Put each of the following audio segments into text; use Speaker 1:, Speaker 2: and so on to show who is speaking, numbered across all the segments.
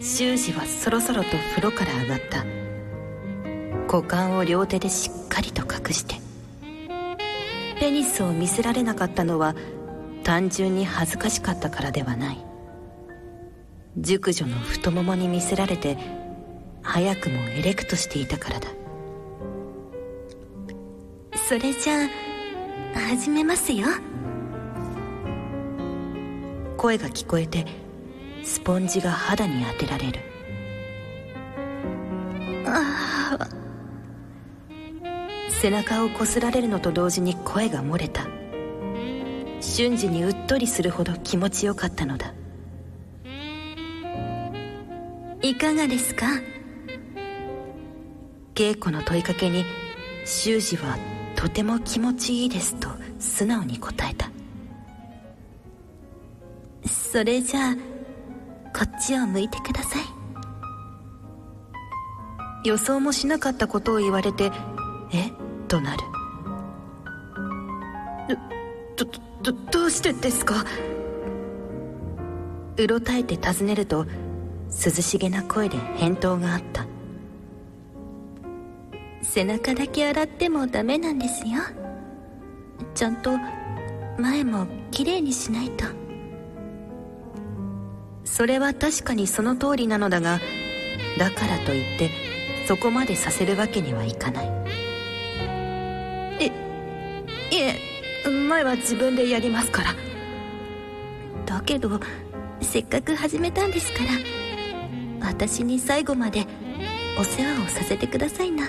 Speaker 1: 修士はそろそろと風呂から上がった股間を両手でしっかりと隠してペニスを見せられなかったのは単純に恥ずかしかったからではない熟女の太ももに見せられて早くもエレクトしていたからだ
Speaker 2: それじゃあ始めますよ
Speaker 1: 声が聞こえてスポンジが肌に当てられる
Speaker 2: ああ
Speaker 1: 背中をこすられるのと同時に声が漏れた瞬時にうっとりするほど気持ちよかったのだ
Speaker 2: いかがですか
Speaker 1: 稽古の問いかけに修士は「とても気持ちいいです」と素直に答えた
Speaker 2: それじゃあこっちを向いてくださ
Speaker 1: い予想もしなかったことを言われてえとなるどどどどうしてですかうろたえて尋ねると涼しげな声で返答があった
Speaker 2: 背中だけ洗ってもダメなんですよちゃんと前もきれいにしないと
Speaker 1: それは確かにその通りなのだがだからといってそこまでさせるわけにはいかない
Speaker 2: えい
Speaker 1: え前は自分でやりますから
Speaker 2: だけどせっかく始めたんですから私に最後までお世話をさせてくださいな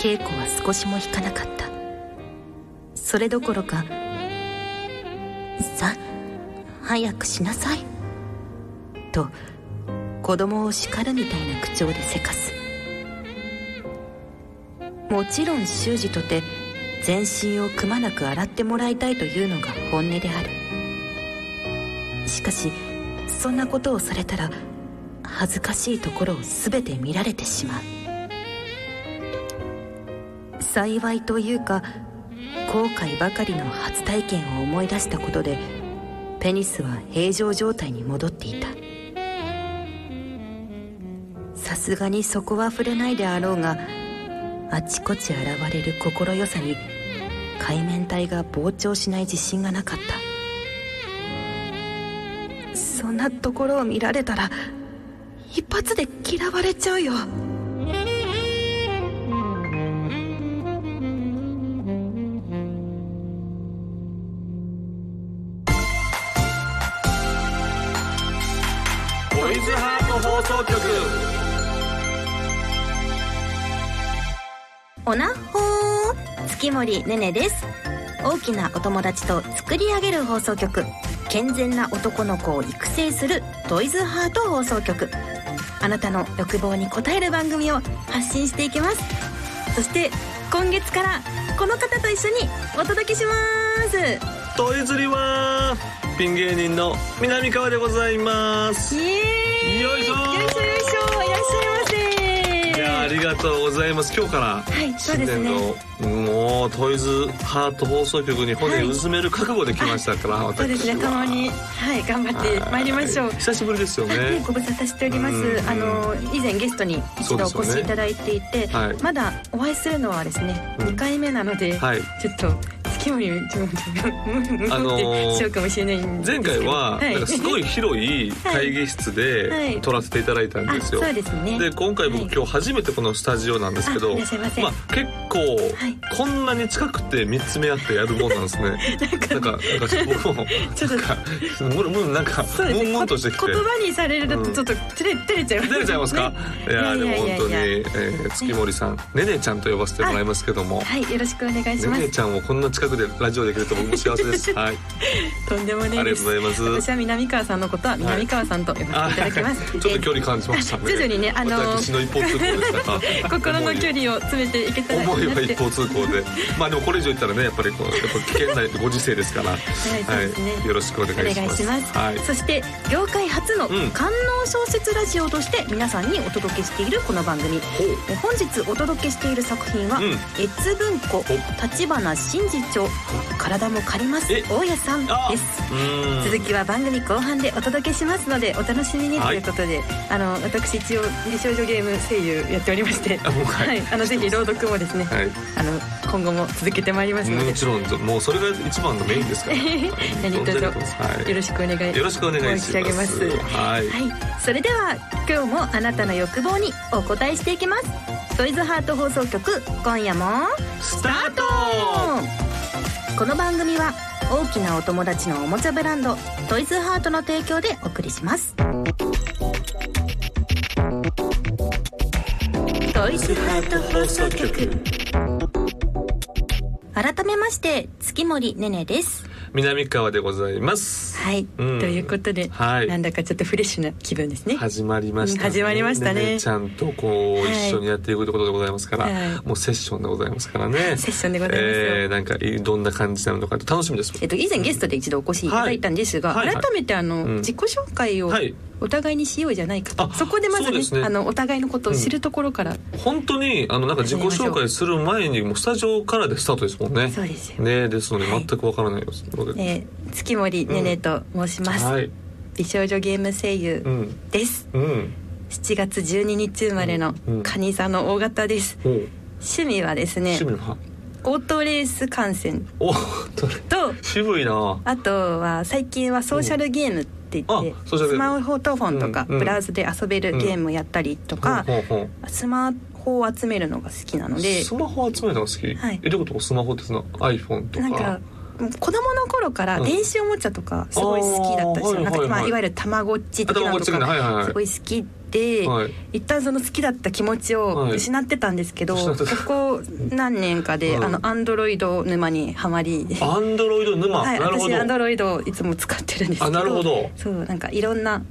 Speaker 1: 稽古は少しも引かなかったそれどころか
Speaker 2: さ早くしなさい
Speaker 1: と子供を叱るみたいな口調でせかすもちろん修士とて全身をくまなく洗ってもらいたいというのが本音であるしかしそんなことをされたら恥ずかしいところを全て見られてしまう幸いというか後悔ばかりの初体験を思い出したことでペニスは平常状態に戻っていたさすがにそこは触れないであろうがあちこち現れる心よさに海面体が膨張しない自信がなかったそんなところを見られたら一発で嫌われちゃうよ
Speaker 3: トイズハート放送局
Speaker 2: おなほー月森ねねです大きなお友達と作り上げる放送局健全な男の子を育成するトイズハート放送局あなたの欲望に応える番組を発信していきますそして今月からこの方と一緒にお届けします
Speaker 3: トイズリはピン芸人の南川でございます
Speaker 2: イ
Speaker 3: い
Speaker 2: エーイ
Speaker 3: よいしょー
Speaker 2: よいしょよいしょいらっしゃいませ
Speaker 3: やありがとうございます今日から
Speaker 2: はいそうで
Speaker 3: 新
Speaker 2: す
Speaker 3: 年
Speaker 2: ね
Speaker 3: の、もうトイズハート放送局に
Speaker 2: は
Speaker 3: 骨
Speaker 2: いう
Speaker 3: ずめる覚悟できましたから、私 は
Speaker 2: そうですねたまにはい頑張って参りましょう
Speaker 3: はい久しぶりですよ
Speaker 2: ね
Speaker 3: ね、
Speaker 2: ご無沙汰しております
Speaker 3: うん
Speaker 2: あの以前ゲストに一度お
Speaker 3: そうで
Speaker 2: 越
Speaker 3: すよ
Speaker 2: し
Speaker 3: ね
Speaker 2: いただいていて、
Speaker 3: はい
Speaker 2: まだお会いするのはですね、
Speaker 3: うん
Speaker 2: 2回目なので、
Speaker 3: はい
Speaker 2: ちょっと月森ちょっと
Speaker 3: あ のー
Speaker 2: しようかもしれないんですけ
Speaker 3: 前
Speaker 2: ど
Speaker 3: 回は
Speaker 2: はい
Speaker 3: なんかすごい広い会議室
Speaker 2: は
Speaker 3: で
Speaker 2: い
Speaker 3: 撮らせていただいたん
Speaker 2: あ
Speaker 3: ですよ、
Speaker 2: そうですね
Speaker 3: で今回僕
Speaker 2: はい
Speaker 3: 今日初めてこのスタジオなんですけど、
Speaker 2: あいらっしゃいませ
Speaker 3: まあ結構
Speaker 2: い
Speaker 3: こんなに近くて見つめ合ってやるもんなんですね。 なんかなんか僕も
Speaker 2: ちょっと
Speaker 3: なんかむるむるなんか
Speaker 2: そうです
Speaker 3: ムン
Speaker 2: ね
Speaker 3: ムンとしてきて
Speaker 2: こ。言葉にされるとちょっと照れ,、照れちゃいます？
Speaker 3: 出れちゃいますかいやーで
Speaker 2: いや
Speaker 3: も
Speaker 2: いやいや
Speaker 3: 本当に、えー月森さん、ねねちゃんと呼ばせてもらいますけども、
Speaker 2: はいよろしくお願いし
Speaker 3: ね
Speaker 2: ます、
Speaker 3: ねちゃんをこんな近くでラジオできると僕も幸せ です。はい、
Speaker 2: とんでもね
Speaker 3: あ
Speaker 2: えで
Speaker 3: りがとう
Speaker 2: す
Speaker 3: ございます。
Speaker 2: 私は南川さんのことは南川さんと呼ばせていただきます、
Speaker 3: ちょっと距離感じましたね。
Speaker 2: 徐々にねあの。
Speaker 3: 私の一方通行でしたか
Speaker 2: 心の距離を詰めていけたらいいなっ
Speaker 3: 思
Speaker 2: て
Speaker 3: いは一方通行でまあでもこれ以上言ったらねやっぱりこうやっぱ危険なご時世ですから、
Speaker 2: いそうですね
Speaker 3: よろしくお願
Speaker 2: お願
Speaker 3: い
Speaker 2: い
Speaker 3: します
Speaker 2: します、
Speaker 3: はい
Speaker 2: そして業界初の
Speaker 3: うん
Speaker 2: 官能小説ラジオとして皆さんにお届けしているこの番組、
Speaker 3: ほう
Speaker 2: 本日お届けしている作品は
Speaker 3: うん
Speaker 2: 「越文庫
Speaker 3: お
Speaker 2: 立花真二町
Speaker 1: と体も借ります
Speaker 3: え
Speaker 1: 大家さん
Speaker 3: あ
Speaker 1: です
Speaker 3: うん
Speaker 1: 続きは番組後半でお届けしますのでお楽しみにと
Speaker 3: はい
Speaker 1: いうことで、あの私一応美少女ゲーム声優やっておりまして
Speaker 3: あもう
Speaker 1: は
Speaker 3: はい
Speaker 1: い、あのぜひ朗読もですね、
Speaker 3: はい
Speaker 1: あの今後も続けてまいりますので
Speaker 3: も、ちろんもうそれが一番のメインで すから
Speaker 1: 何卒よ
Speaker 3: はい
Speaker 1: ろしくお願い
Speaker 3: よろしくお願いし
Speaker 1: 申し上げ
Speaker 3: ま
Speaker 1: ますす
Speaker 3: はい
Speaker 1: はい、それでは今日もあなたの欲望にお答えしていきますトイズハート放送局今夜も
Speaker 3: スタート
Speaker 1: この番組は大きなお友達のおもちゃブランドトイズハートの提供でお送りしますトイズハート放送局改めまして月森ねねです
Speaker 3: 南川でございます
Speaker 1: はい、
Speaker 3: うん
Speaker 1: ということで、
Speaker 3: はい
Speaker 1: なんだかちょっとフレッシュな気分ですね
Speaker 3: 始まりました、
Speaker 1: うん始まりましたね
Speaker 3: ねねちゃんとこう
Speaker 1: はい
Speaker 3: 一緒にやっていくということでございますから、
Speaker 1: はい
Speaker 3: もうセッションでございますからね。
Speaker 1: セッションでございますよ
Speaker 3: えー、なんかいどんな感じなのか楽しみです。
Speaker 1: えっと、以前ゲストで一度お越しいただいたんですが、
Speaker 3: はいはいはい
Speaker 1: 改めてあの、
Speaker 3: うん
Speaker 1: 自己紹介を
Speaker 3: はい
Speaker 1: お互いにしようじゃないかと、
Speaker 3: あ
Speaker 1: そこでまず
Speaker 3: そう
Speaker 1: ね
Speaker 3: ですね
Speaker 1: あのお互いのことを知るところから、
Speaker 3: 本当にあのなんか自己紹介する前にもうスタジオからでスタートですもんね。
Speaker 1: そうですよ、
Speaker 3: ねですので
Speaker 1: はい
Speaker 3: 全くわからないです。ということで
Speaker 1: えー月森ねねと申します、
Speaker 3: はい。
Speaker 1: 美少女ゲーム声優
Speaker 3: うん
Speaker 1: です
Speaker 3: うん。
Speaker 1: 7月12日生まれの
Speaker 3: うん
Speaker 1: 蟹座の大型です
Speaker 3: おう
Speaker 1: 趣味はですね
Speaker 3: 趣味は
Speaker 1: オートレース観戦
Speaker 3: おどれ
Speaker 1: と
Speaker 3: 渋いな。
Speaker 1: あとは最近はソーシャルゲームって言って、
Speaker 3: あソーシャルゲーム
Speaker 1: スマホとフォンとか
Speaker 3: うんうん
Speaker 1: ブラウズで遊べるゲームをやったりとか、
Speaker 3: ほうほう
Speaker 1: スマホを集めるのが好きな
Speaker 3: ほ
Speaker 1: の
Speaker 3: う
Speaker 1: で
Speaker 3: スマホ集めるのが好き。
Speaker 1: はい
Speaker 3: えどういうことスマホってその iPhone と
Speaker 1: な
Speaker 3: か。
Speaker 1: んかもう子供の頃から電子おもちゃとかすごい好きだったんですよ、
Speaker 3: うん
Speaker 1: なんか
Speaker 3: あーはいはいはい
Speaker 1: まあいわゆるたまごっち的な
Speaker 3: 頭
Speaker 1: の
Speaker 3: こっ
Speaker 1: と
Speaker 3: ちがね
Speaker 1: か
Speaker 3: はいはいはい。
Speaker 1: すごい好きで、
Speaker 3: はい、
Speaker 1: 一旦その好きだった気持ちを
Speaker 3: はい
Speaker 1: 失ってたんですけど、
Speaker 3: 失ってた
Speaker 1: ここ何年かで、
Speaker 3: うん
Speaker 1: あのアンドロイド沼にはまり
Speaker 3: アンドロイド沼、
Speaker 1: はい、
Speaker 3: なるほ
Speaker 1: 私
Speaker 3: ど
Speaker 1: アンドロイドをいつも使ってるんですけど
Speaker 3: あなるほど
Speaker 1: そうなんかいろんな、えー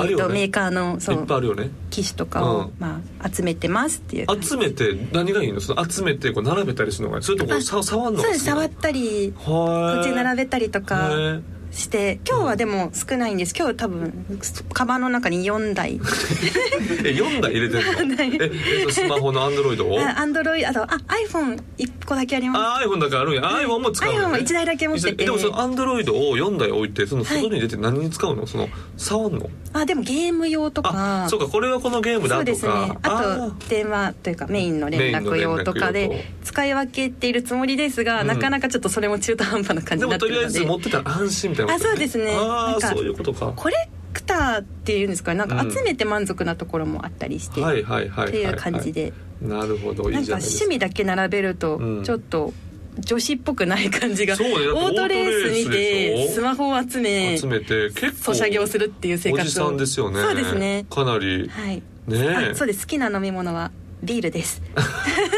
Speaker 3: あるよ
Speaker 1: と
Speaker 3: ね
Speaker 1: メーカーのそ
Speaker 3: いっぱいうあるよね
Speaker 1: 機種とかを、
Speaker 3: うん
Speaker 1: まあ、集めてますっていう
Speaker 3: 集めて何がいいのその集めてこう並べたりするのがいいそれとこう
Speaker 1: あ
Speaker 3: さ触るの
Speaker 1: そう
Speaker 3: が好
Speaker 1: で
Speaker 3: き
Speaker 1: す触ったり
Speaker 3: は
Speaker 1: こ
Speaker 3: い
Speaker 1: っち並べたりとか
Speaker 3: へ
Speaker 1: して今日はでも少ないんです今日多分カバンの中に4台
Speaker 3: え4台入れてる の
Speaker 1: 台
Speaker 3: ええそのスマホのアンドロイドを
Speaker 1: アンドロイドあとあ iPhone1 個だけあります
Speaker 3: あ iPhone だけあるんや iPhone も使うの、ね、
Speaker 1: iPhone は一台だけ持ってて
Speaker 3: えでもそのアンドロイドを4台置いてその外に出て何に使うのその触んの
Speaker 1: あでもゲーム用と
Speaker 3: あ
Speaker 1: か
Speaker 3: そうかこれはこのゲーム
Speaker 1: そ
Speaker 3: だ
Speaker 1: う
Speaker 3: と
Speaker 1: ですね
Speaker 3: か
Speaker 1: あと電話というかメインの連絡用とか
Speaker 3: メインの連絡
Speaker 1: で
Speaker 3: 用
Speaker 1: 使い分けているつもりですが、
Speaker 3: うん
Speaker 1: なかなかちょっとそれも中途半端な
Speaker 3: あ
Speaker 1: 感
Speaker 3: ー
Speaker 1: じ
Speaker 3: で
Speaker 1: にな
Speaker 3: も
Speaker 1: って
Speaker 3: とりあ
Speaker 1: る
Speaker 3: え
Speaker 1: の
Speaker 3: ず
Speaker 1: で
Speaker 3: 持ってたら安心みたいなこと
Speaker 1: あそうですね
Speaker 3: あ
Speaker 1: なん
Speaker 3: あ
Speaker 1: か
Speaker 3: そういうことか
Speaker 1: コレクターっていうんですかねなんか
Speaker 3: うん
Speaker 1: 集めて満足なところもあったりして、
Speaker 3: はいはいはいはい、はい、
Speaker 1: っていう感じで、
Speaker 3: なるほどい
Speaker 1: ないん
Speaker 3: じゃ
Speaker 1: か
Speaker 3: ないで
Speaker 1: 趣
Speaker 3: すか
Speaker 1: 味だけ並べると
Speaker 3: うん
Speaker 1: ちょっと女子っぽくない感じが、
Speaker 3: そうねだって
Speaker 1: オートレース見
Speaker 3: オートレースで
Speaker 1: て
Speaker 3: しょ
Speaker 1: スマホを集め
Speaker 3: 集めて結構
Speaker 1: ソシャゲをするっていう生
Speaker 3: お
Speaker 1: 活を
Speaker 3: じさんですよね
Speaker 1: そうですね
Speaker 3: かなり
Speaker 1: はい、
Speaker 3: ね
Speaker 1: あそうです好きな飲み物はビールです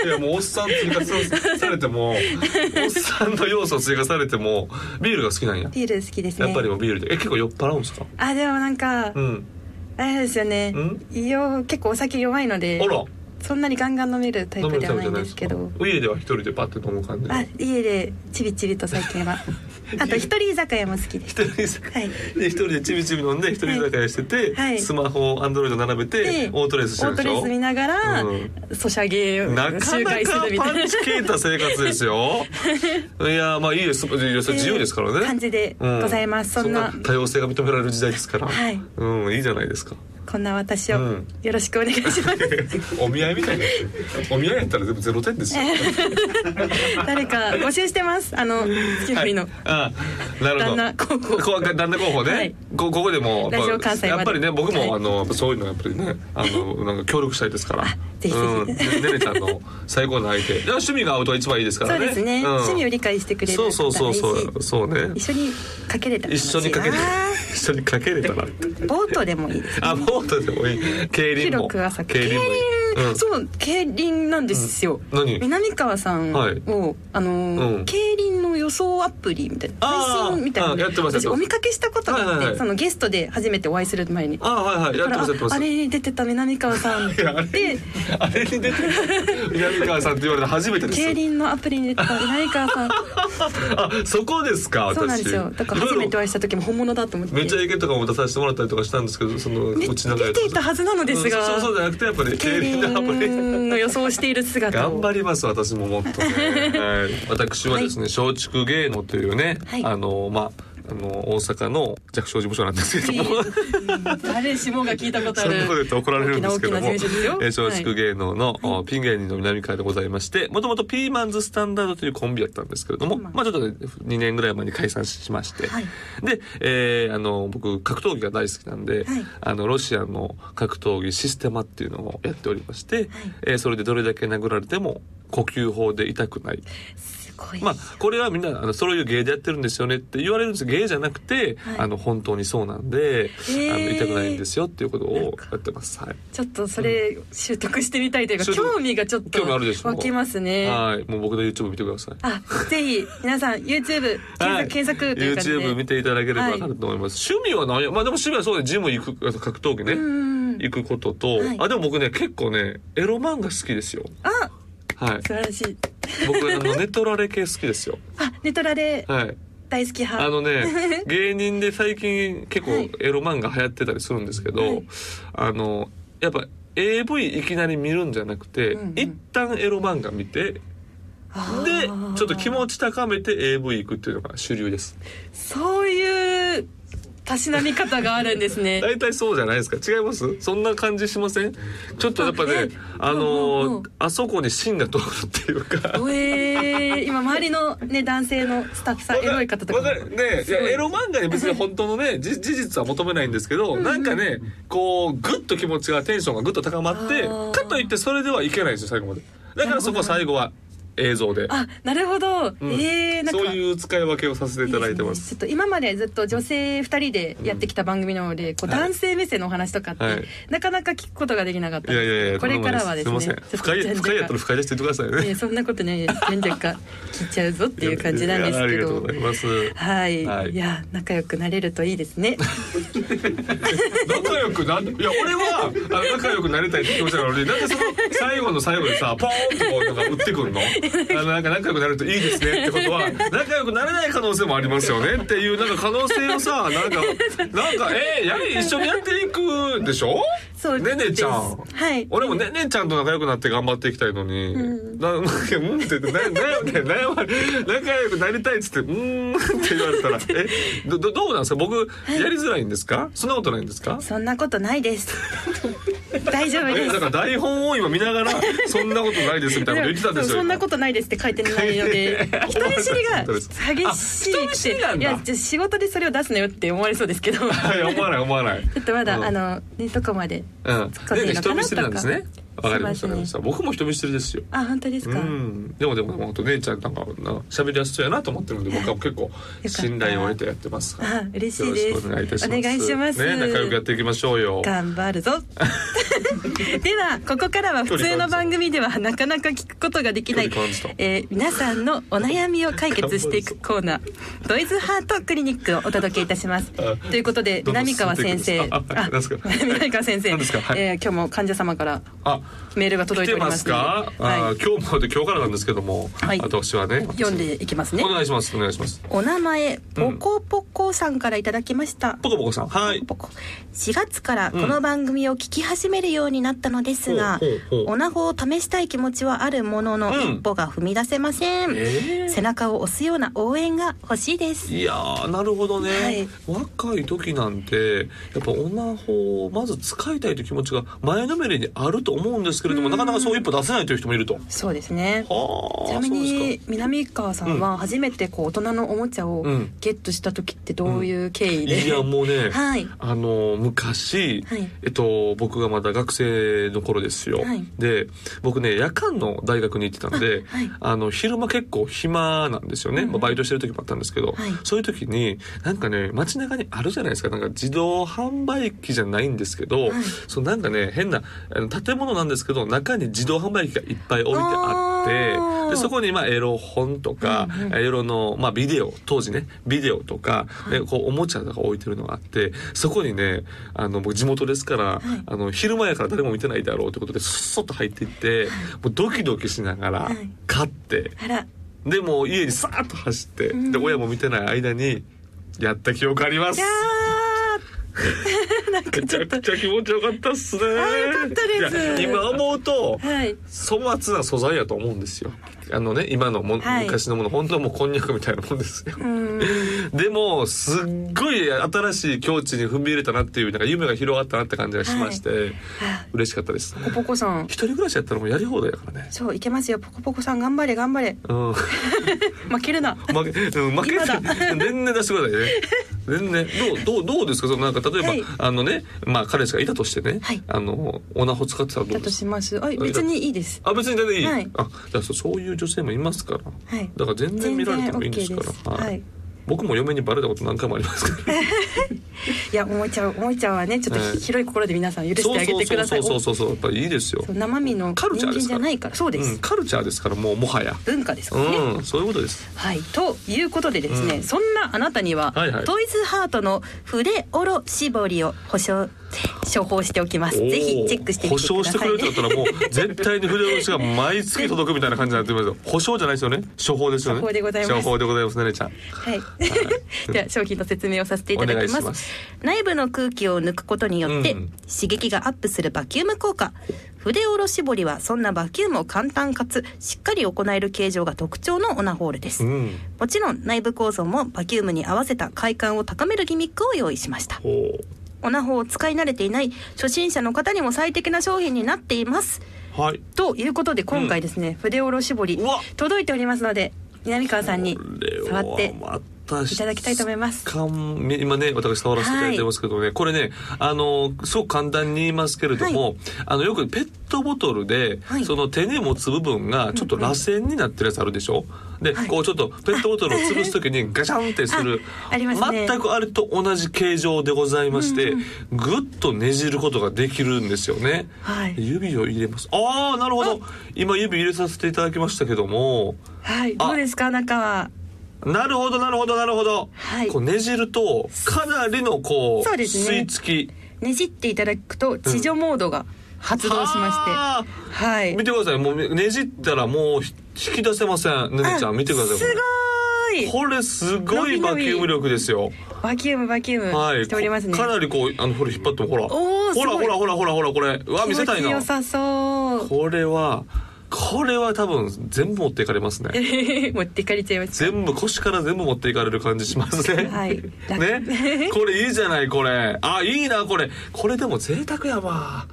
Speaker 3: いやもうおっさん追加されてもおっさんの要素追加されてもビールが好きなんや
Speaker 1: ビール好きですね
Speaker 3: やっぱりもうビールでえ結構酔っ払うんですか
Speaker 1: あでもなんか、
Speaker 3: うん
Speaker 1: あれですよね
Speaker 3: ん
Speaker 1: よ結構お酒弱いので
Speaker 3: あら
Speaker 1: そんなにガンガン飲めるタイ
Speaker 3: 飲
Speaker 1: プ
Speaker 3: め
Speaker 1: で
Speaker 3: る
Speaker 1: は
Speaker 3: タイプ
Speaker 1: な
Speaker 3: じ
Speaker 1: い
Speaker 3: ゃ
Speaker 1: ん
Speaker 3: ない
Speaker 1: で
Speaker 3: ですす
Speaker 1: け
Speaker 3: か
Speaker 1: ど
Speaker 3: 家では一人でパッて飲む感じ
Speaker 1: あ家でちびちびと最近 はあと一人居酒屋も好きです
Speaker 3: 一人さ
Speaker 1: はい
Speaker 3: で一人でちびちび飲んで一人居酒屋してて、
Speaker 1: はい
Speaker 3: スマホアンドロイド並べて
Speaker 1: で
Speaker 3: オートレースして
Speaker 1: オー
Speaker 3: るんで
Speaker 1: ト
Speaker 3: し
Speaker 1: レ
Speaker 3: ょ
Speaker 1: ース見ながら、
Speaker 3: う
Speaker 1: ソシャゲを
Speaker 3: なか
Speaker 1: 周
Speaker 3: な
Speaker 1: 回す
Speaker 3: か
Speaker 1: るみ
Speaker 3: パ
Speaker 1: たい
Speaker 3: ンチ効いた生活で すよいやまあいいですいやそれ自由ですから
Speaker 1: な
Speaker 3: ね
Speaker 1: 感じでございます、そんな
Speaker 3: 多様性が認められる時代ですから、
Speaker 1: はい
Speaker 3: うんいいじゃないですか
Speaker 1: こんな私を
Speaker 3: うん
Speaker 1: よろしくお願いします、
Speaker 3: お見合いみたいなお見合いやったら全部ゼロ点ですよ、
Speaker 1: 誰か募集してますあの月振りの
Speaker 3: はい、あなる
Speaker 1: 旦
Speaker 3: ほど
Speaker 1: 那候補
Speaker 3: こ旦那候補ね、
Speaker 1: はい
Speaker 3: こここでも
Speaker 1: ラジオ関西まで
Speaker 3: やっぱりね僕も、
Speaker 1: はい
Speaker 3: あのそういうのやっぱりねあのなんか協力したいですから
Speaker 1: ぜひぜひ
Speaker 3: うん、ねねちゃんの最高の相手いや趣味が合うと一番いいですか
Speaker 1: そ
Speaker 3: ら
Speaker 1: う
Speaker 3: ね
Speaker 1: ですね、
Speaker 3: ん
Speaker 1: 趣味を理解してくれる
Speaker 3: そうそうそうそ
Speaker 1: 方がいいし
Speaker 3: うそうね
Speaker 1: 一緒にかけれたら
Speaker 3: 一緒にかけて
Speaker 1: あー
Speaker 3: 一緒にかけれたらっ て
Speaker 1: ボートでもいいです、ね。
Speaker 3: あボートでもいい競輪
Speaker 1: 広
Speaker 3: も
Speaker 1: く浅く。
Speaker 3: 競輪もいいうん
Speaker 1: そう、競輪なんですよ。
Speaker 3: 何
Speaker 1: 南川さんを、
Speaker 3: はい
Speaker 1: あのー、
Speaker 3: うん
Speaker 1: 競輪の予想アプリみたいな
Speaker 3: あー
Speaker 1: 配信みたいな
Speaker 3: うんやってますやってます
Speaker 1: 私お見かけしたことがあって、
Speaker 3: はいはいはい
Speaker 1: そのゲストで初めてお会いする前に。
Speaker 3: あはいはいや
Speaker 1: だ
Speaker 3: っ
Speaker 1: か
Speaker 3: て
Speaker 1: ら
Speaker 3: ますやって
Speaker 1: あ
Speaker 3: ま
Speaker 1: あ
Speaker 3: す
Speaker 1: れに出てた南川さんっ
Speaker 3: いやあれ
Speaker 1: て
Speaker 3: あれに出てる南川さんって言われたの初めてです
Speaker 1: 競輪のアプリに出てた南川さん
Speaker 3: あそこですか 私
Speaker 1: そうなんですよだから初めてお会いした時も本物だと思って
Speaker 3: めちゃイケとかも出させてもらったりとかしたんですけどその
Speaker 1: で
Speaker 3: うちの
Speaker 1: 出ていたはずなのですが
Speaker 3: そうそうじゃなくてやっぱり競
Speaker 1: 競
Speaker 3: 輪
Speaker 1: 輪
Speaker 3: のアプリ
Speaker 1: の予想をしている姿
Speaker 3: 頑
Speaker 1: を
Speaker 3: 張ります私ももっとね、はい、私はですね松竹芸能というね、
Speaker 1: はい
Speaker 3: あのまああの大阪の弱小事務所なんですけども
Speaker 1: 誰しもが聞いたことあ
Speaker 3: そん
Speaker 1: る
Speaker 3: なこと言って怒られるんですけども
Speaker 1: 大きな大きな選手ですよ
Speaker 3: えー松竹芸能の、おピン芸人の南川でございましてもともとピーマンズスタンダードというコンビだったんですけれども、
Speaker 1: ピーマン
Speaker 3: まあちょっと、ね、2年ぐらい前に解散しまして、
Speaker 1: はい
Speaker 3: で、えーあの僕格闘技が大好きなんで、
Speaker 1: はい
Speaker 3: あのロシアの格闘技システマっていうのをやっておりまして、えーそれでどれだけ殴られても呼吸法で痛くない
Speaker 1: すごい
Speaker 3: まあこれはみんなあのそういう芸でやってるんですよねって言われるんです芸じゃなくて、
Speaker 1: はい
Speaker 3: あの本当にそうなんで、あの
Speaker 1: へー
Speaker 3: 痛くないんですよっていうことをやってます。はい
Speaker 1: ちょっとそれ習得してみたいというか、
Speaker 3: 習得
Speaker 1: 興味がちょっと
Speaker 3: 興味あるでしょ
Speaker 1: 湧きますね。あ
Speaker 3: はい、もう僕の YouTube 見てください。
Speaker 1: ぜひ皆さん YouTube 検索,、
Speaker 3: はい
Speaker 1: 検索という感じで。
Speaker 3: YouTube 見ていただければ
Speaker 1: はい
Speaker 3: わかると思います。趣味は何や、まあでも趣味はそうね、ジム行く、あと格闘技ね、
Speaker 1: うん
Speaker 3: 行くことと、
Speaker 1: はい
Speaker 3: あでも僕ね結構ねエロ漫画好きですよ。
Speaker 1: あ
Speaker 3: はい
Speaker 1: 素、晴らしい。
Speaker 3: 僕あのネトラレ系好きですよ。
Speaker 1: あネトラで
Speaker 3: はい。
Speaker 1: 大好き派。
Speaker 3: あのね 芸人で最近結構
Speaker 1: はい
Speaker 3: エロ漫画流行ってたりするんですけど、
Speaker 1: はい
Speaker 3: あのやっぱ AV いきなり見るんじゃなくて、
Speaker 1: うんうん
Speaker 3: 一旦エロ漫画見てで
Speaker 1: あ
Speaker 3: ち
Speaker 1: ー
Speaker 3: ょっと気持ち高めて AV 行くっていうのが主流です
Speaker 1: そういうたしなみ方があるんですね。
Speaker 3: 大体そうじゃないですか違いますそんな感じしませんちょっとやっぱね
Speaker 1: あ
Speaker 3: あのー
Speaker 1: うんうんうん
Speaker 3: あそこに芯が通るっていうか
Speaker 1: おえー今周りのね男性のスタッフさんエロい方とか
Speaker 3: わ
Speaker 1: も。
Speaker 3: かるねいやエロ漫画に別に本当 のねじ事実は求めないんですけど、なんかねこうグッと気持ちがテンションがグッと高まって
Speaker 1: あー
Speaker 3: かといってそれではいけないですよ最後までだからそこは最後は映像で、
Speaker 1: あなるほど。
Speaker 3: うん
Speaker 1: えーなんか。
Speaker 3: そういう使い分けをさせていただいてます
Speaker 1: ちょっと今までずっと女性2人でやってきた番組なので、こう
Speaker 3: はい
Speaker 1: 男性目線のお話とかって、
Speaker 3: はい
Speaker 1: なかなか聞くことができなかったん
Speaker 3: い
Speaker 1: で
Speaker 3: や
Speaker 1: すけ
Speaker 3: い
Speaker 1: ど
Speaker 3: やいや
Speaker 1: これからはですね
Speaker 3: すみません深い深いやったら深いですって言ってくだ さい
Speaker 1: い
Speaker 3: ね
Speaker 1: やそんなことないです全然か聞いちゃうぞっていう感じなんです
Speaker 3: いやあ
Speaker 1: け
Speaker 3: りが
Speaker 1: ど
Speaker 3: とうございます
Speaker 1: はい、
Speaker 3: はい
Speaker 1: い、や仲良くなれるといいです ね
Speaker 3: 仲良くなんいや俺はあ仲良くなりたいって気持ちなのになんでその最後の最後でさポーンとこうなんか打ってくんのあのなんか仲良くなるといいですねってことは仲良くなれない可能性もありますよねっていうなんか可能性をさなんかなんかえー、やり一緒にやっていくでしょ
Speaker 1: そうです
Speaker 3: ねねちゃん
Speaker 1: はい
Speaker 3: 俺もねねちゃんと仲良くなって頑張っていきたいのに、ななんかうんって言ってな悩んで悩ま仲良くなりたいっつってうんって言わ れたらえどどどうなんですか僕やりづらいんですかそんなことないんですか
Speaker 1: そんなことないです 大丈夫
Speaker 3: え
Speaker 1: で
Speaker 3: だ
Speaker 1: す
Speaker 3: から台本を今見な がら「そんなことないです」みたいなこと言ってたんですよ
Speaker 1: そんなことないですって書いてないの で人見知りが激し
Speaker 3: あ人
Speaker 1: い
Speaker 3: 見
Speaker 1: っ
Speaker 3: 知り
Speaker 1: て
Speaker 3: なん
Speaker 1: い
Speaker 3: だ
Speaker 1: やじゃあ仕事でそれを出すなよって思われそうですけ ど
Speaker 3: 今はい思わない思わない
Speaker 1: ちょっとまだ、
Speaker 3: うん
Speaker 1: あのねどこまで
Speaker 3: うん
Speaker 1: 突っ込ん
Speaker 3: ね
Speaker 1: でいい
Speaker 3: ね
Speaker 1: の
Speaker 3: 人
Speaker 1: かな
Speaker 3: 見知りなんですね
Speaker 1: と
Speaker 3: わ
Speaker 1: か
Speaker 3: かりまし
Speaker 1: す
Speaker 3: た
Speaker 1: いません
Speaker 3: わかりました僕も人見知りですよ
Speaker 1: あ本当です
Speaker 3: う
Speaker 1: か、
Speaker 3: んでもでも本当姉ちゃんなんかな喋りやすそうやなと思ってるんで僕は結構
Speaker 1: た
Speaker 3: 信頼を得てやってますから
Speaker 1: あ嬉しいです
Speaker 3: よろしくお願いいたします
Speaker 1: お願いします
Speaker 3: ね仲良くやっていきましょうよ
Speaker 1: 頑張るぞ ではここからは普通の番組ではなかなか聞くことができない
Speaker 3: 距離感じた、
Speaker 1: えー皆さんのお悩みを解決していくコーナードイズハートクリニックをお届けいたします
Speaker 3: あ
Speaker 1: ということで
Speaker 3: どんどん
Speaker 1: 南
Speaker 3: 進ん
Speaker 1: 川
Speaker 3: でいくん
Speaker 1: 先
Speaker 3: です
Speaker 1: 生
Speaker 3: ああ何ですか
Speaker 1: 南川先生、
Speaker 3: 何ですかはい
Speaker 1: えー今日も患者様から
Speaker 3: あ
Speaker 1: メールが届
Speaker 3: 来
Speaker 1: いて
Speaker 3: て
Speaker 1: おりま
Speaker 3: ますすかあ
Speaker 1: はい、
Speaker 3: 今日もで今日からなんですけども
Speaker 1: はい
Speaker 3: 私はね
Speaker 1: 読んでいきますね
Speaker 3: お願いしますお願いします
Speaker 2: お名前ポコポコさんからいただきました、
Speaker 3: ポコポコさんはい
Speaker 2: ポコ4月からこの番組を聞き始めるようになったのですが、
Speaker 3: ほうほうほう
Speaker 2: おなごを試したい気持ちはあるものの、
Speaker 3: うん
Speaker 2: 一歩が踏み出せません、
Speaker 3: えー
Speaker 2: 背中を押すような応援が欲しいです
Speaker 3: いやーなるほどね、
Speaker 2: はい
Speaker 3: 若い時なんてやっぱ女法をまず使いたいという気持ちが前のめりにあると思うんですけれどもなかなかそう一歩出せないという人もいると。
Speaker 1: そうですね
Speaker 3: はあ
Speaker 1: ちなみ
Speaker 3: そうで
Speaker 1: に
Speaker 3: すか
Speaker 1: 南川さんは初めてこう大人のおもちゃを
Speaker 3: うん
Speaker 1: ゲットした時ってどういう経緯で、
Speaker 3: いやもうね、
Speaker 1: はい
Speaker 3: あの昔、
Speaker 1: はい
Speaker 3: えっと僕がまだ学生生の頃ですよ、
Speaker 2: はい
Speaker 3: で僕ね夜間の大学に行ってたんで
Speaker 2: あはい
Speaker 3: あの昼間結構暇なんですよね、まあ、バイトしてる時もあったんですけど、
Speaker 2: はい
Speaker 3: そういう時になんかね街中にあるじゃないですかなんか自動販売機じゃないんですけど、
Speaker 2: はい
Speaker 3: そのなんかね変なあの建物なんですけど中に自動販売機がいっぱい置いてあっ
Speaker 2: あー
Speaker 3: てでそこにまあエロ本とか、エロの、まあ、ビデオ当時ねビデオとか、でこうおもちゃとか置いてるのがあってそこにねあの僕地元ですから、あの昼前から誰も見てないだろうということでそっと入っていって、もうドキドキしながら
Speaker 2: はい
Speaker 3: 買って。
Speaker 2: あら
Speaker 3: でもう家にさーっと走って、
Speaker 2: ん
Speaker 3: で親も見てない間にやった記憶あります。 めちゃくちゃ気持ちよかったっすね。
Speaker 1: よかったです
Speaker 3: いや今思うと
Speaker 1: はい。
Speaker 3: 粗末な素材やと思うんですよ。あのね今のも、
Speaker 1: はい
Speaker 3: 昔のもの本当はもうこんにゃくみたいなもんですよ。
Speaker 1: うん。
Speaker 3: でもすっごい新しい境地に踏み入れたなっていうなんか夢が広がったなって感じがしまして、嬉しかったです。
Speaker 1: ポコさん。
Speaker 3: 一人暮らしやったらもうやり放題やからね。
Speaker 1: そういけますよ。ポコポコさん頑張れ頑張れ。
Speaker 3: うん。
Speaker 1: 負けるな。
Speaker 3: 負け、うん負け
Speaker 1: 今だ
Speaker 3: て、年々出してくださいね。全然、どう、どう、どうですか、そのなんか、例えば、
Speaker 1: はい
Speaker 3: あのね、まあ、彼氏がいたとしてね、
Speaker 2: はい
Speaker 3: あの、オナホ使ってたらど
Speaker 1: だ
Speaker 3: うで
Speaker 1: と
Speaker 3: す
Speaker 1: し
Speaker 3: か。
Speaker 1: ます。あ別にいいです。
Speaker 3: あ、別に全然いい。
Speaker 1: はい
Speaker 3: あ、だからそう、そういう女性もいますから。
Speaker 1: はい。
Speaker 3: だから、全然見られてもいいんです
Speaker 1: 全
Speaker 3: か
Speaker 1: 然 OK
Speaker 3: ら。はい
Speaker 1: はい。
Speaker 3: 僕も嫁にバレたこと何回もありま すから。
Speaker 1: いやおもちゃんおもちゃんはねちょっとひ、
Speaker 3: はい
Speaker 1: 広い心で皆さん許し
Speaker 3: そ
Speaker 1: て
Speaker 3: う
Speaker 1: あげ
Speaker 3: そう
Speaker 1: てくださ
Speaker 3: そ
Speaker 1: い。
Speaker 3: うそうそうそう、やっぱりいいですよ
Speaker 1: お。そう生身の
Speaker 3: カルチ
Speaker 1: 人
Speaker 3: ャー
Speaker 1: 間
Speaker 3: です
Speaker 1: じ
Speaker 3: か
Speaker 1: ゃ
Speaker 3: ら
Speaker 1: ないから。そうで
Speaker 3: う
Speaker 1: す。
Speaker 3: ん、カルチャーですから、もう、もはや。
Speaker 1: 文化ですからね。
Speaker 3: うん、そういうことです。
Speaker 1: はい、ということでですね、
Speaker 3: うん
Speaker 1: そんなあなたには、
Speaker 3: はいはい
Speaker 1: トイズハートの筆おろ絞りを保証処方しておきます
Speaker 3: お ー
Speaker 1: ぜひチェックしてみ
Speaker 3: 保
Speaker 1: てく
Speaker 3: 証
Speaker 1: だ
Speaker 3: してく
Speaker 1: さ
Speaker 3: れ
Speaker 1: い
Speaker 3: るってなったらもう絶対に筆押しが毎月届くみたいな感じになってますよ保証じゃないですよね処方ですよね
Speaker 1: 処方でございます
Speaker 3: 処方でございますねねちゃん
Speaker 1: はい、では商品の説明をさせていただきます
Speaker 3: お願いします
Speaker 1: 内部の空気を抜くことによって、
Speaker 3: うん
Speaker 1: 刺激がアップするバキューム効果筆おろ絞りはそんなバキュームを簡単かつしっかり行える形状が特徴のオナホールです、
Speaker 3: うん
Speaker 1: もちろん内部構造もバキュームに合わせた快感を高めるギミックを用意しました
Speaker 3: ほ
Speaker 1: オナホを使い慣れていない初心者の方にも最適な商品になっています
Speaker 3: うはい
Speaker 1: ということで今回ですね、筆おろ絞り
Speaker 3: うわ
Speaker 1: 届いておりますので南川さんに
Speaker 3: これ
Speaker 1: 触
Speaker 3: は
Speaker 1: って
Speaker 3: また
Speaker 1: いただきたいと思います
Speaker 3: かん今ね私触らせていただいてますけどね、これねあのすごく簡単に言いますけれども、あのよくペットボトルで、
Speaker 1: はい
Speaker 3: その手に持つ部分がちょっと螺旋になってるやつあるでしょ、で、
Speaker 1: はい
Speaker 3: こうちょっとペットボトルを潰す時 にガシャンってする
Speaker 1: あありますね
Speaker 3: 全くあれと同じ形状でございまして、ぐっとねじることができるんですよね。
Speaker 1: はい
Speaker 3: 指を入れますああなるほど今指入れさせていただきましたけども
Speaker 1: はい
Speaker 3: あ
Speaker 1: どうですか中は
Speaker 3: なるほどなるほどなるほど、
Speaker 1: はい
Speaker 3: こうねじるとかなりのこう
Speaker 1: そうですね
Speaker 3: 吸い付き
Speaker 1: ねじっていただくと地上モードが発動しま
Speaker 3: は
Speaker 1: して、は
Speaker 3: ー
Speaker 1: い
Speaker 3: 見てくださいもうねじったらもうひ引き出せませんねねちゃん見てください
Speaker 1: すごーい
Speaker 3: これこれすご
Speaker 1: 伸び伸
Speaker 3: いバ
Speaker 1: び
Speaker 3: キューム力ですよ
Speaker 1: バキュームバキューム、
Speaker 3: はい
Speaker 1: しておりますね
Speaker 3: かなりこうあのほら引っ張ってもほら
Speaker 1: おー
Speaker 3: ほ
Speaker 1: す
Speaker 3: らほ
Speaker 1: ごい
Speaker 3: らほらほらほらこれうわ見せた
Speaker 1: 気
Speaker 3: い
Speaker 1: 持ち
Speaker 3: な
Speaker 1: よさそう
Speaker 3: これはこれは多分全部持っていかれますね
Speaker 1: 持ってかれちゃいました
Speaker 3: 全部腰から全部持っていかれる感じしますね。
Speaker 1: はい楽
Speaker 3: ね、これいいじゃないこれ。あ、いいなこれ。これでも贅沢 やわ。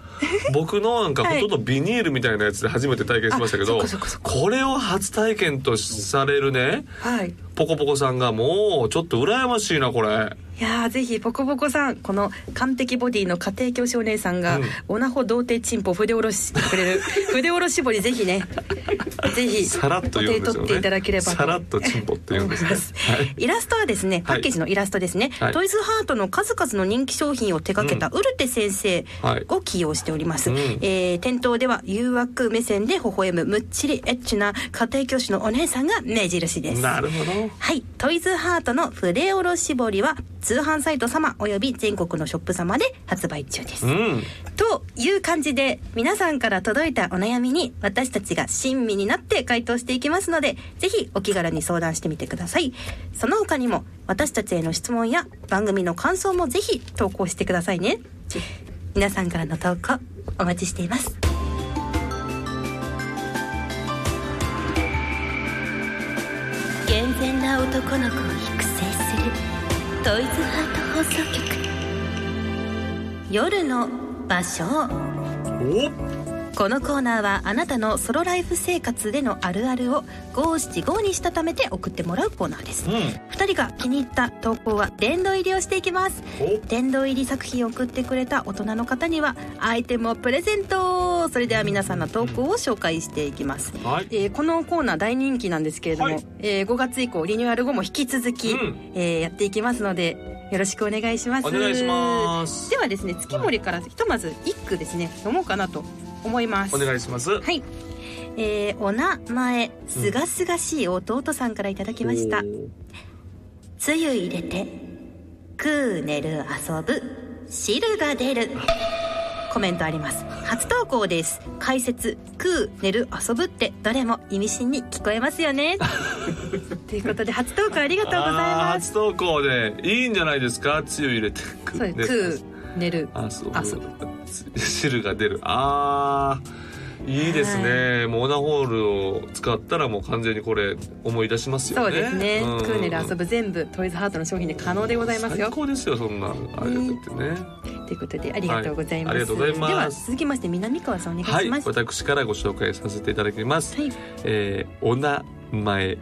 Speaker 3: 僕のなんか
Speaker 1: は
Speaker 3: ほ
Speaker 1: い
Speaker 3: とんどビニールみたいなやつで初めて体験しましたけど
Speaker 1: あそっかそっかそっ、
Speaker 3: これを初体験とされるね、
Speaker 1: はい
Speaker 3: ポコポコさんがもうちょっと羨ましいなこれ。
Speaker 1: いやーぜひポコポコさんこの完璧ボディの家庭教師お姉さんが、
Speaker 3: うん
Speaker 1: オナホ童貞チンポ筆下ろししてくれる筆下ろし絞りぜひねぜひ
Speaker 3: さらっと言うんですよ
Speaker 1: お手に取っていただけれ
Speaker 3: ね。
Speaker 1: ばと
Speaker 3: さらっとチンポって言うんですね。 はい。
Speaker 1: イラストはですねパッケージのイラストですね、
Speaker 3: はい
Speaker 1: トイズハートの数々の人気商品を手掛けたウルテ先生
Speaker 3: はい
Speaker 1: を起用しております、
Speaker 3: うん
Speaker 1: えー店頭では誘惑目線で微笑むむっちりエッチな家庭教師のお姉さんが目印です
Speaker 3: なるほど。
Speaker 1: はい、トイズハートの筆おろ絞りは通販サイト様および全国のショップ様で発売中です。
Speaker 3: うん。
Speaker 1: という感じで皆さんから届いたお悩みに私たちが親身になって回答していきますのでぜひお気軽に相談してみてください。その他にも私たちへの質問や番組の感想もぜひ投稿してくださいね。皆さんからの投稿お待ちしています。
Speaker 2: 健全な男の子を育成するトイズハート放送局夜の場所
Speaker 3: お、
Speaker 1: このコーナーはあなたのソロライフ生活でのあるあるを五七五にしたためて送ってもらうコーナーです
Speaker 3: うん
Speaker 1: 2人が気に入った投稿は殿堂入りをしていきます
Speaker 3: お
Speaker 1: 殿堂入り作品を送ってくれた大人の方にはアイテムをプレゼントそれでは皆さんの投稿を紹介していきます、
Speaker 3: はい
Speaker 1: えーこのコーナー大人気なんですけれども、
Speaker 3: はい
Speaker 1: えー5月以降リニューアル後も引き続き、
Speaker 3: うん
Speaker 1: えーやっていきますのでよろしくお願いします
Speaker 3: お願いします
Speaker 1: ではですね月森からひとまず一句ですね読もうかなと思います
Speaker 3: お願いします
Speaker 1: はい、えーお名前すがすがしい弟さんからいただきました、
Speaker 3: おー
Speaker 1: つゆ入れて食う寝る遊ぶ汁が出るコメントあります初投稿です解説食う寝る遊ぶってどれも意味深に聞こえますよ ねということで初投稿ありがとうござい
Speaker 3: あー
Speaker 1: ます
Speaker 3: 初投稿でいいんじゃないですかつゆ入れてく
Speaker 1: そうです食う寝る
Speaker 3: あそう
Speaker 1: あそう
Speaker 3: 汁が出るあーいいですね、もうオナホールを使ったらもう完全にこれ思い出しますよ
Speaker 1: そう
Speaker 3: ね
Speaker 1: ですね、
Speaker 3: ん
Speaker 1: 食う寝る遊ぶ全部トイズハートの商品で可能でございますよ
Speaker 3: 最高ですよそんなあれだってね、
Speaker 1: ということでありがとうございます、
Speaker 3: はいありがとうございます
Speaker 1: では続きまして南川さんお願
Speaker 3: はい
Speaker 1: し
Speaker 3: い
Speaker 1: ます
Speaker 3: 私からご紹介させていただきます、
Speaker 1: はい、
Speaker 3: えー、お名前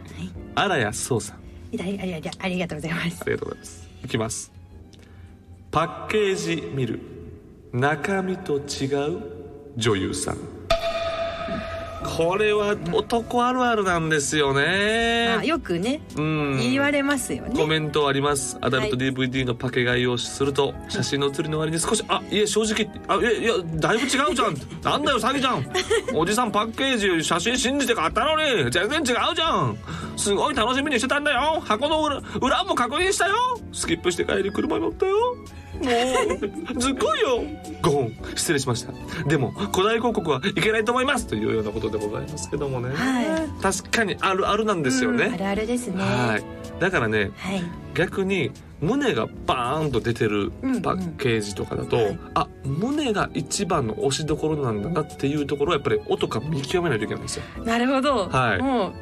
Speaker 3: 荒谷壮さん
Speaker 1: いただきありがとうありがとうございます
Speaker 3: ありがとうございます。いきます。パッケージ見る。中身と違う女優さん。これは男あるあるなんですよ
Speaker 1: あ
Speaker 3: ね。
Speaker 1: よくね
Speaker 3: うん。
Speaker 1: 言われますよね
Speaker 3: コメントあります。アダルト DVD のパケ買いをすると、写真の写りの割に少し、あ、いえ、正直、あ、いえ、いや、だいぶ違う じゃん。なんだよ、詐欺じゃん。おじさんパッケージより写真信じて買ったのに、全然違うじゃん。すごい楽しみにしてたんだよ。箱の裏裏も確認したよ。スキップして帰り車に乗ったよ。も う、ずっこいよ。ご本、失礼しました。でも、古代広告はいけないと思います。というようなことでございますけどもね。
Speaker 1: はい
Speaker 3: 確かにあるあるなんですよ
Speaker 1: うんあ
Speaker 3: ね。
Speaker 1: るあるですね。
Speaker 3: は
Speaker 1: はい。
Speaker 3: い。だからね、逆に胸がバーンと出てる
Speaker 1: うんうん
Speaker 3: パッケージとかだと、
Speaker 1: はい
Speaker 3: あ胸が一番の押しどころなんだなっていうところはやっぱり音か見極めないといけないんですよ。
Speaker 1: なるほど。
Speaker 3: はい
Speaker 1: もう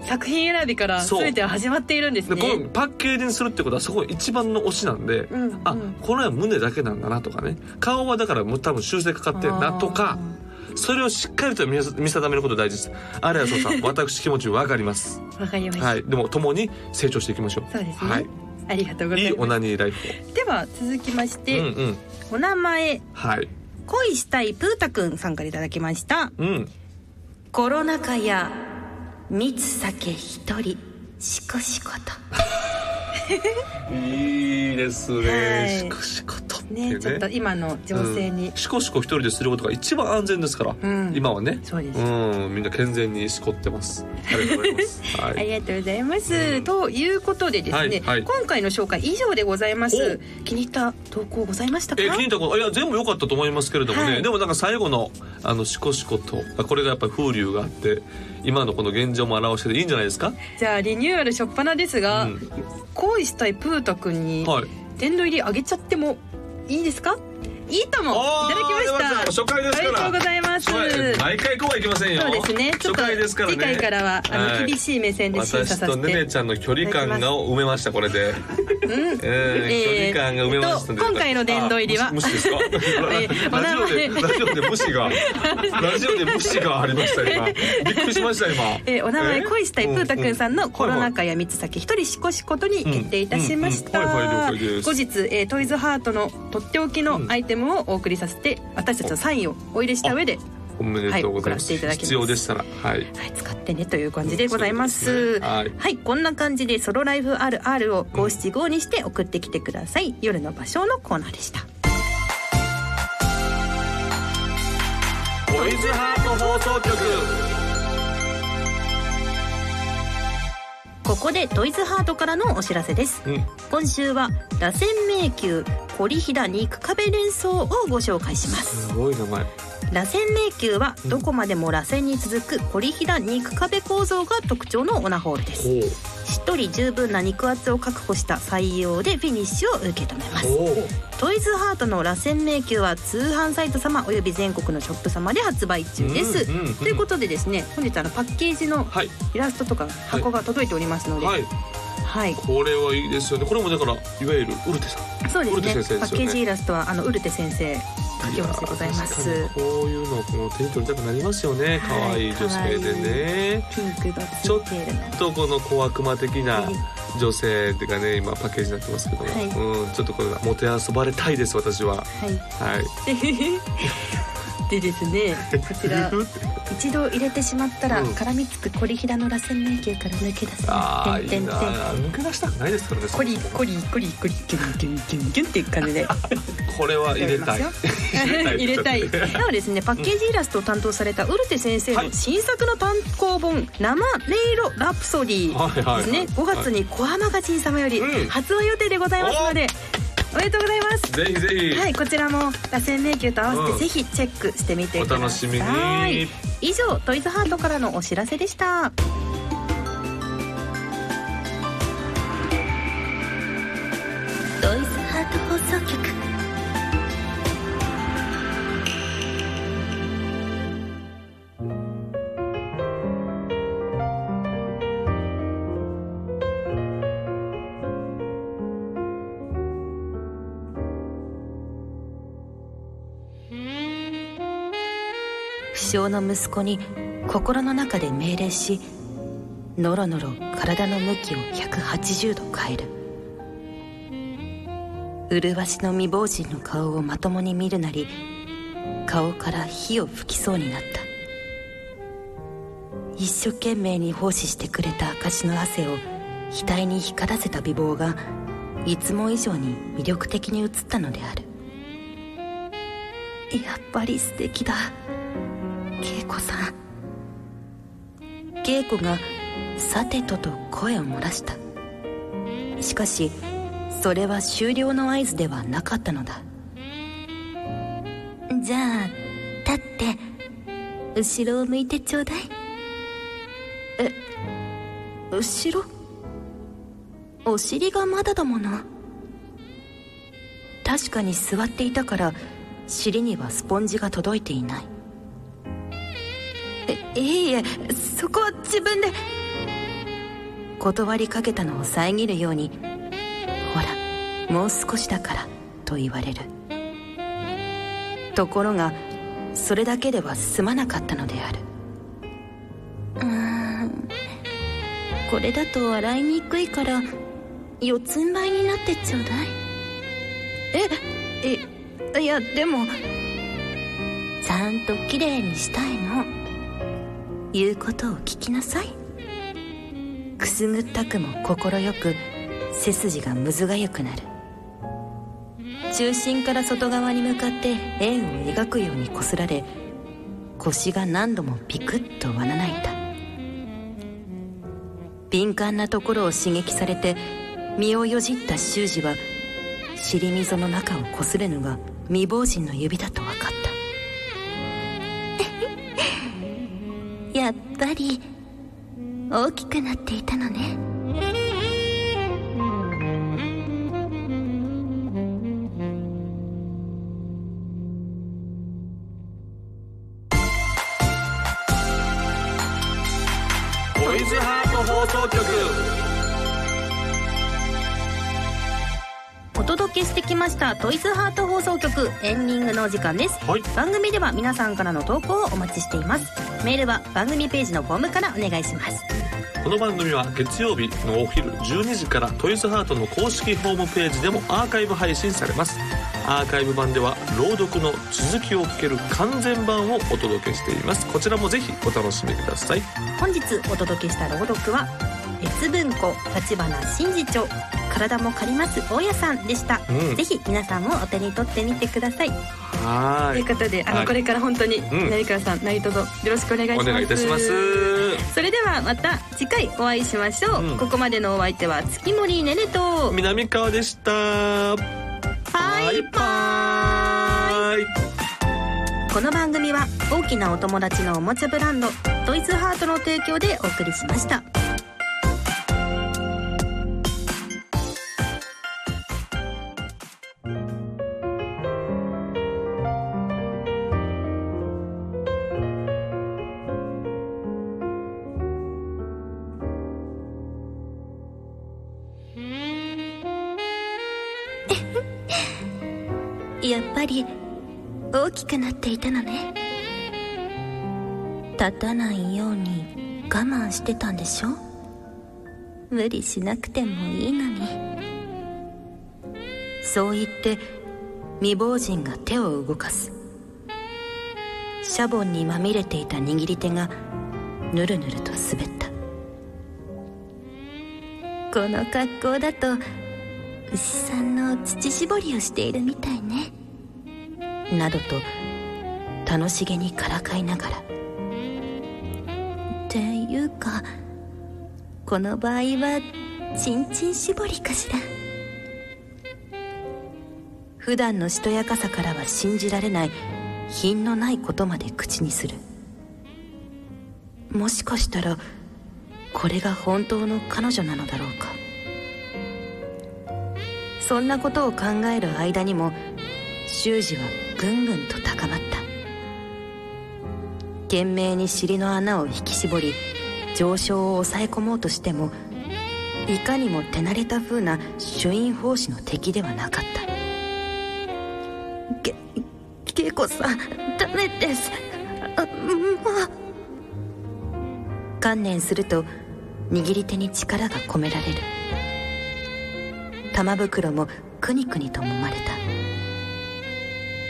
Speaker 1: 作品選びから
Speaker 3: そう
Speaker 1: 全ては始まっているんです
Speaker 3: で
Speaker 1: ね。
Speaker 3: このパッケージにするってことはそこが一番の押しなんで、
Speaker 1: うんうん
Speaker 3: あこれは胸だけなんだなとかね顔はだからもう多分修正かかってんなとかそれをしっかりと見見定めることが大事です。あれはそうさん私気持ちわかります。
Speaker 1: あー。わかりました。
Speaker 3: はいでも共に成長していきましょう。
Speaker 1: そうですね。
Speaker 3: はい
Speaker 1: ありがとうござ
Speaker 3: いい
Speaker 1: い
Speaker 3: オ
Speaker 1: ま
Speaker 3: ナニーライフ
Speaker 1: す。では続きまし
Speaker 3: を。うん
Speaker 1: て、
Speaker 3: うん
Speaker 1: お名前
Speaker 3: はい
Speaker 1: 恋したいプータくんさんからいただきました。
Speaker 3: うん
Speaker 4: コロナ禍や密酒一人しこしこと
Speaker 3: いいです
Speaker 1: は
Speaker 3: ね。
Speaker 1: い
Speaker 3: シコシコとってね。
Speaker 1: ね、ちょっと今の情勢に、
Speaker 3: うんシコシコ一人ですることが一番安全ですから。
Speaker 1: うん
Speaker 3: 今はね。
Speaker 1: そうです。
Speaker 3: うん、みんな健全にしこってます。ありがとうございます。 は
Speaker 1: あ
Speaker 3: い。
Speaker 1: りがとうございます、
Speaker 3: うん
Speaker 1: ということでですね、
Speaker 3: はいはい
Speaker 1: 今回の紹介以上でございます気に入った投稿ございましたか
Speaker 3: え気に入ったこといや全部良かったと思いますけれどもね、
Speaker 1: はい
Speaker 3: でもなんか最後のあのシコシコとこれがやっぱり風流があって今のこの現状も表してていいんじゃないですか。
Speaker 1: じゃあリニューアル初っ端ですが、
Speaker 3: うん
Speaker 1: 恋したいプータくんに
Speaker 3: はい。
Speaker 1: 殿堂入りあげちゃってもいいですかいいともいただきま
Speaker 3: おー出
Speaker 1: した
Speaker 3: 初回です
Speaker 1: ありが
Speaker 3: から。
Speaker 1: とうございます
Speaker 3: はい毎回こうはいきませんよ。
Speaker 1: そうですねちょっ
Speaker 3: 初
Speaker 1: と
Speaker 3: 回ですからね。
Speaker 1: 次回からはあ
Speaker 3: は
Speaker 1: の
Speaker 3: い
Speaker 1: 厳しい目線で審査
Speaker 3: 私
Speaker 1: さ
Speaker 3: と
Speaker 1: せ
Speaker 3: ね
Speaker 1: て
Speaker 3: ねちゃんの距離感が埋めましたこれで、
Speaker 1: うん
Speaker 3: えー、距離感が埋めました
Speaker 1: えっ
Speaker 3: んで
Speaker 1: と今回の殿堂入りは
Speaker 3: あ無視無視ですか
Speaker 1: ー
Speaker 3: ラジオで
Speaker 1: お名前
Speaker 3: ラジオで無視がラジオで無視がありました今びっくりしました今
Speaker 1: えーお名前恋したいプータくんさんのコロナ
Speaker 3: 禍
Speaker 1: 禍や三つ先一人しこしことに決定いたしました
Speaker 3: うんうんうんはいはい了解です
Speaker 1: 後日、えートイズハートのとっておきのアイテムをお送りさせて私たちのサインをお入れした上で
Speaker 3: おめでとうござい
Speaker 1: はい送ら
Speaker 3: ます,、
Speaker 1: せていただきます
Speaker 3: 必要でしたらは
Speaker 1: は
Speaker 3: い
Speaker 1: い、使ってねという感じでございます。
Speaker 3: そうですね
Speaker 1: は
Speaker 3: はいい、
Speaker 1: こんな感じでソロライフあるあるを五七五にして送ってきてください。夜の場所のコーナーでした。
Speaker 3: ボイズハート放送局
Speaker 1: ここでトイズハートからのお知らせです。
Speaker 3: うん
Speaker 1: 今週は螺旋迷宮、コリヒダ肉壁連想をご紹介します。
Speaker 3: すごい名前
Speaker 1: 螺旋迷宮はどこまでも螺旋に続くコリヒダ肉壁構造が特徴のオナホールです。一人十分な肉厚を確保した採用でフィニッシュを受け止めます。
Speaker 3: おお
Speaker 1: トイズハートの螺旋迷宮は通販サイト様および全国のショップ様で発売中です。
Speaker 3: うんうんうん
Speaker 1: ということでですね本日あのパッケージの
Speaker 3: はい
Speaker 1: イラストとか箱が届いておりますので、は
Speaker 3: はいいこれはいいですよねこれもだからいわゆるウルテさん
Speaker 1: そうです
Speaker 3: ウルテ
Speaker 1: ね
Speaker 3: 先生ですよね
Speaker 1: パッケージイラストはあのウルテ先生
Speaker 3: い
Speaker 1: 書き物でございます
Speaker 3: やー確かにこういうのこう手に取りたくなりますよね可愛、い、女性でね
Speaker 1: ピンクが
Speaker 3: ちょ
Speaker 1: つ
Speaker 3: っ
Speaker 1: いているの
Speaker 3: とこの小悪魔的な
Speaker 1: はい
Speaker 3: 女性っていうかね今パッケージになってますけども、
Speaker 1: はい
Speaker 3: うん、ちょっとこれもてあそばれたいです私は
Speaker 1: は
Speaker 3: はい
Speaker 1: いでですねこちら
Speaker 4: 一度入れてしまったら、
Speaker 3: うん
Speaker 4: 絡みつくコリヒラの螺旋迷宮から抜け出せ
Speaker 3: ああ
Speaker 4: ないい
Speaker 3: い
Speaker 4: てんてんてん
Speaker 3: な抜け出したくないですからね
Speaker 1: コリコリコリコリギュンギュンギュンギュンっていう感じで
Speaker 3: これは入れたい
Speaker 1: や
Speaker 3: 入
Speaker 1: 入
Speaker 3: れ
Speaker 1: れ
Speaker 3: た
Speaker 1: た
Speaker 3: い
Speaker 1: いなおですねパッケージイラストを担当されたウルテ先生
Speaker 3: はい
Speaker 1: の新作の単行本「生レイロラプソディ」
Speaker 3: はいはいは
Speaker 1: で
Speaker 3: い
Speaker 1: すね5月にコアマガジン様より
Speaker 3: うん
Speaker 1: 発売予定でございますのでおめでとうございます
Speaker 3: ぜひぜひ、
Speaker 1: はいこちらも螺旋迷宮と合わせてぜひチェックしてみて
Speaker 3: お
Speaker 1: ください
Speaker 3: 楽しみに
Speaker 1: 以上トイズハートからのお知らせでした
Speaker 2: ドイツハート放送局
Speaker 4: 不詳の息子に心の中で命令しノロノロ体の向きを180度変える麗しの未亡人の顔をまともに見るなり顔から火を吹きそうになった一生懸命に奉仕してくれた証の汗を額に光らせた美貌がいつも以上に魅力的に映ったのであるやっぱり素敵だ恵子さん恵子がさてとと声を漏らしたしかしそれは終了の合図ではなかったのだ
Speaker 2: じゃあ立って後ろを向いてちょうだい
Speaker 4: 後ろお尻がまだだもの確かに座っていたから尻にはスポンジが届いていないえいいえそこは自分で断りかけたのを遮るようにほらもう少しだからと言われるところがそれだけでは済まなかったのである
Speaker 2: これだと洗いにくいから四つん這いになってちょうだい
Speaker 4: ええいやでも
Speaker 2: ちゃんときれいにしたいの
Speaker 4: 言うことを聞きなさいくすぐったくも快く背筋がむずがゆくなる中心から外側に向かって円を描くようにこすられ腰が何度もピクッとわなないた敏感なところを刺激されて身をよじった修二は尻溝の中をこすれぬが未亡人の指だと分かった
Speaker 2: やっぱり大きくなっていたのね
Speaker 3: ボイズハート放送局
Speaker 1: お届けしてきましたトイズハート放送局エンディングのお時間です、
Speaker 3: はい
Speaker 1: 番組では皆さんからの投稿をお待ちしていますメールは番組ページのフォームからお願いします
Speaker 3: この番組は月曜日のお昼12時からトイズハートの公式ホームページでもアーカイブ配信されますアーカイブ版では朗読の続きを聞ける完全版をお届けしていますこちらもぜひお楽しみください
Speaker 1: 本日お届けした朗読は別文庫立花真司長体も借ります大家さんでした、
Speaker 3: うん
Speaker 1: ぜひ皆さんもお手に取ってみてください、
Speaker 3: は
Speaker 1: ということであの、
Speaker 3: はい
Speaker 1: これから本当に
Speaker 3: ん
Speaker 1: 成川さん何卒よろしくお願いしま
Speaker 3: お
Speaker 1: す
Speaker 3: 願いいたします
Speaker 1: それではまた次回お会いしましょう、
Speaker 3: うん
Speaker 1: ここまでのお相手は月森ねねと
Speaker 3: 南川でした
Speaker 1: バイ
Speaker 3: バイ
Speaker 1: この番組は大きなお友達のおもちゃブランドドイツハートの提供でお送りしました
Speaker 2: やっぱり
Speaker 1: 大きくなっていたのね立たないように我慢してたんでしょ無理しなくてもいいのにそう言って未亡人が手を動かすシャボンにまみれていた握り手がぬるぬると滑ったこの格好だと牛さんの乳搾りをしているみたいねなどと楽しげにからかいながらっていうかこの場合はちんちん絞りかしら普段のしとやかさからは信じられない品のないことまで口にするもしかしたらこれが本当の彼女なのだろうかそんなことを考える間にも修二はぐんぐんと高まった懸命に尻の穴を引き絞り上昇を抑え込もうとしてもいかにも手慣れた風な朱印奉仕の敵ではなかった
Speaker 5: け恵子さんダメですあまあ
Speaker 1: 観念すると握り手に力が込められる玉袋もくにくにと揉まれた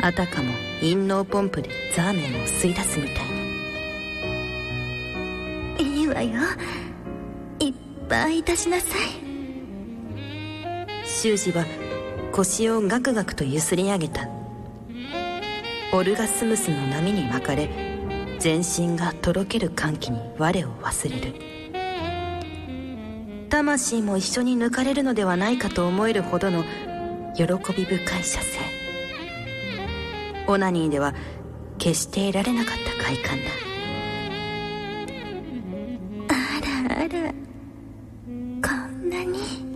Speaker 1: あたかも陰嚢ポンプでザーメンを吸い出すみたいに
Speaker 5: いいわよいっぱい出しなさ
Speaker 1: い修二は腰をガクガクとゆすり上げたオルガスムスの波に巻かれ全身がとろける歓喜に我を忘れる魂も一緒に抜かれるのではないかと思えるほどの喜び深い射精オナニーでは決して得られなかった快感だ
Speaker 5: あらあらこんなに